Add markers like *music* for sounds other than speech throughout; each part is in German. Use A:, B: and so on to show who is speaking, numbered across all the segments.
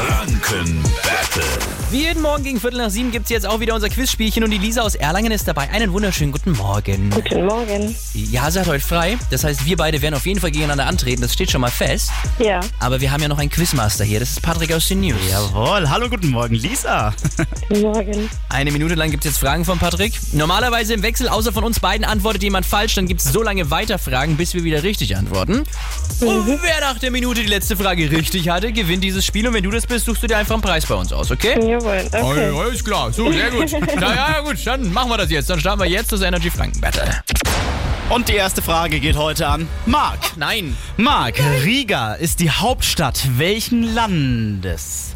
A: Franken Battle.
B: Wie jeden Morgen gegen Viertel nach sieben gibt es jetzt auch wieder unser Quizspielchen und die Lisa aus Erlangen ist dabei. Einen wunderschönen guten Morgen.
C: Guten Morgen.
B: Ja, sie hat heute frei. Das heißt, wir beide werden auf jeden Fall gegeneinander antreten. Das steht schon mal fest.
C: Ja.
B: Aber wir haben ja noch einen Quizmaster hier. Das ist Patrick aus den News.
D: Jawohl, hallo, guten Morgen, Lisa.
C: Guten Morgen.
B: Eine Minute lang gibt es jetzt Fragen von Patrick. Normalerweise im Wechsel, außer von uns beiden, antwortet jemand falsch. Dann gibt es so lange weiter Fragen, bis wir wieder richtig antworten. Und wer nach der Minute die letzte Frage richtig hatte, gewinnt dieses Spiel. Und wenn du das bist, suchst du dir einfach einen Preis bei uns aus, okay?
C: Jawohl. Okay.
B: Ja, ist klar. So, sehr gut. Na ja, gut, dann machen wir das jetzt. Dann starten wir jetzt das Energy Franken Battle.
D: Und die erste Frage geht heute an Marc.
B: Nein.
D: Marc, Riga ist die Hauptstadt welchen Landes?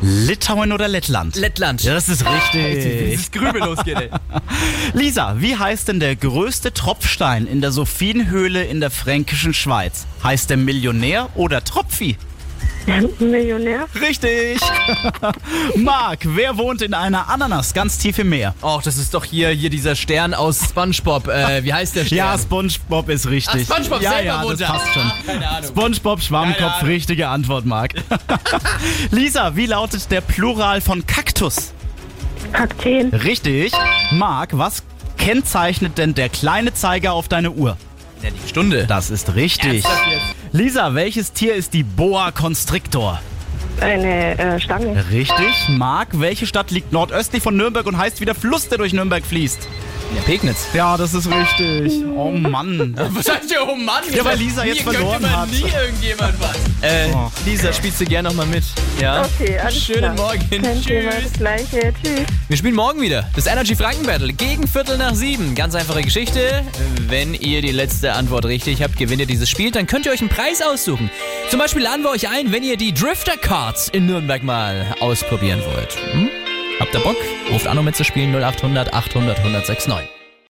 D: Litauen oder Lettland?
B: Lettland.
D: Ja, das ist richtig.
B: Grübel losgeht, ey.
D: Lisa, wie heißt denn der größte Tropfstein in der Sophienhöhle in der fränkischen Schweiz? Heißt der Millionär oder Tropfi?
C: Millionär.
D: Richtig. *laughs* Marc, wer wohnt in einer Ananas ganz tief im Meer?
B: Och, das ist doch hier, hier dieser Stern aus Spongebob. Äh, wie heißt der
D: Ja,
B: Stern?
D: SpongeBob ist richtig.
B: Ach, Ah, SpongeBob
D: ja,
B: selber
D: ja,
B: wohnt
D: das
B: da.
D: passt schon.
B: Ah, keine Ahnung.
D: SpongeBob Schwammkopf,
B: Keine Ahnung.
D: richtige Antwort, Marc. *laughs* Lisa, wie lautet der Plural von Kaktus?
C: Kakteen.
D: Richtig. Marc, was kennzeichnet denn der kleine Zeiger auf deine Uhr?
B: Ja, die Stunde.
D: Das ist richtig.
B: Ernsthaft jetzt?
D: Lisa, welches Tier ist die Boa Constrictor?
C: Eine äh, Stange.
D: Richtig. Marc, welche Stadt liegt nordöstlich von Nürnberg und heißt wie der Fluss, der durch Nürnberg fließt?
B: Ja, Pegnitz.
D: Ja, das ist richtig. Oh Mann.
B: Was heißt ihr, oh Mann?
D: Ja, weil Lisa
B: Mir
D: jetzt
B: könnte
D: verloren
B: man
D: hat.
B: nie irgendjemand was. Äh,
D: Oh.
B: Lisa, spielst du gerne nochmal mit? Ja.
C: Okay, alles
B: Schönen
C: klar.
B: Morgen.
C: Kein Thema,
B: Tschüss.
C: das gleiche. Tschüss.
B: Wir spielen morgen wieder das Energy Franken Battle gegen Viertel nach sieben. Ganz einfache Geschichte. Wenn ihr die letzte Antwort richtig habt, gewinnt ihr dieses Spiel. Dann könnt ihr euch einen Preis aussuchen. Zum Beispiel laden wir euch ein, wenn ihr die Drifter Cards in Nürnberg mal ausprobieren wollt. Hm? Habt ihr Bock? Ruft an, um mitzuspielen 0800 800 1069.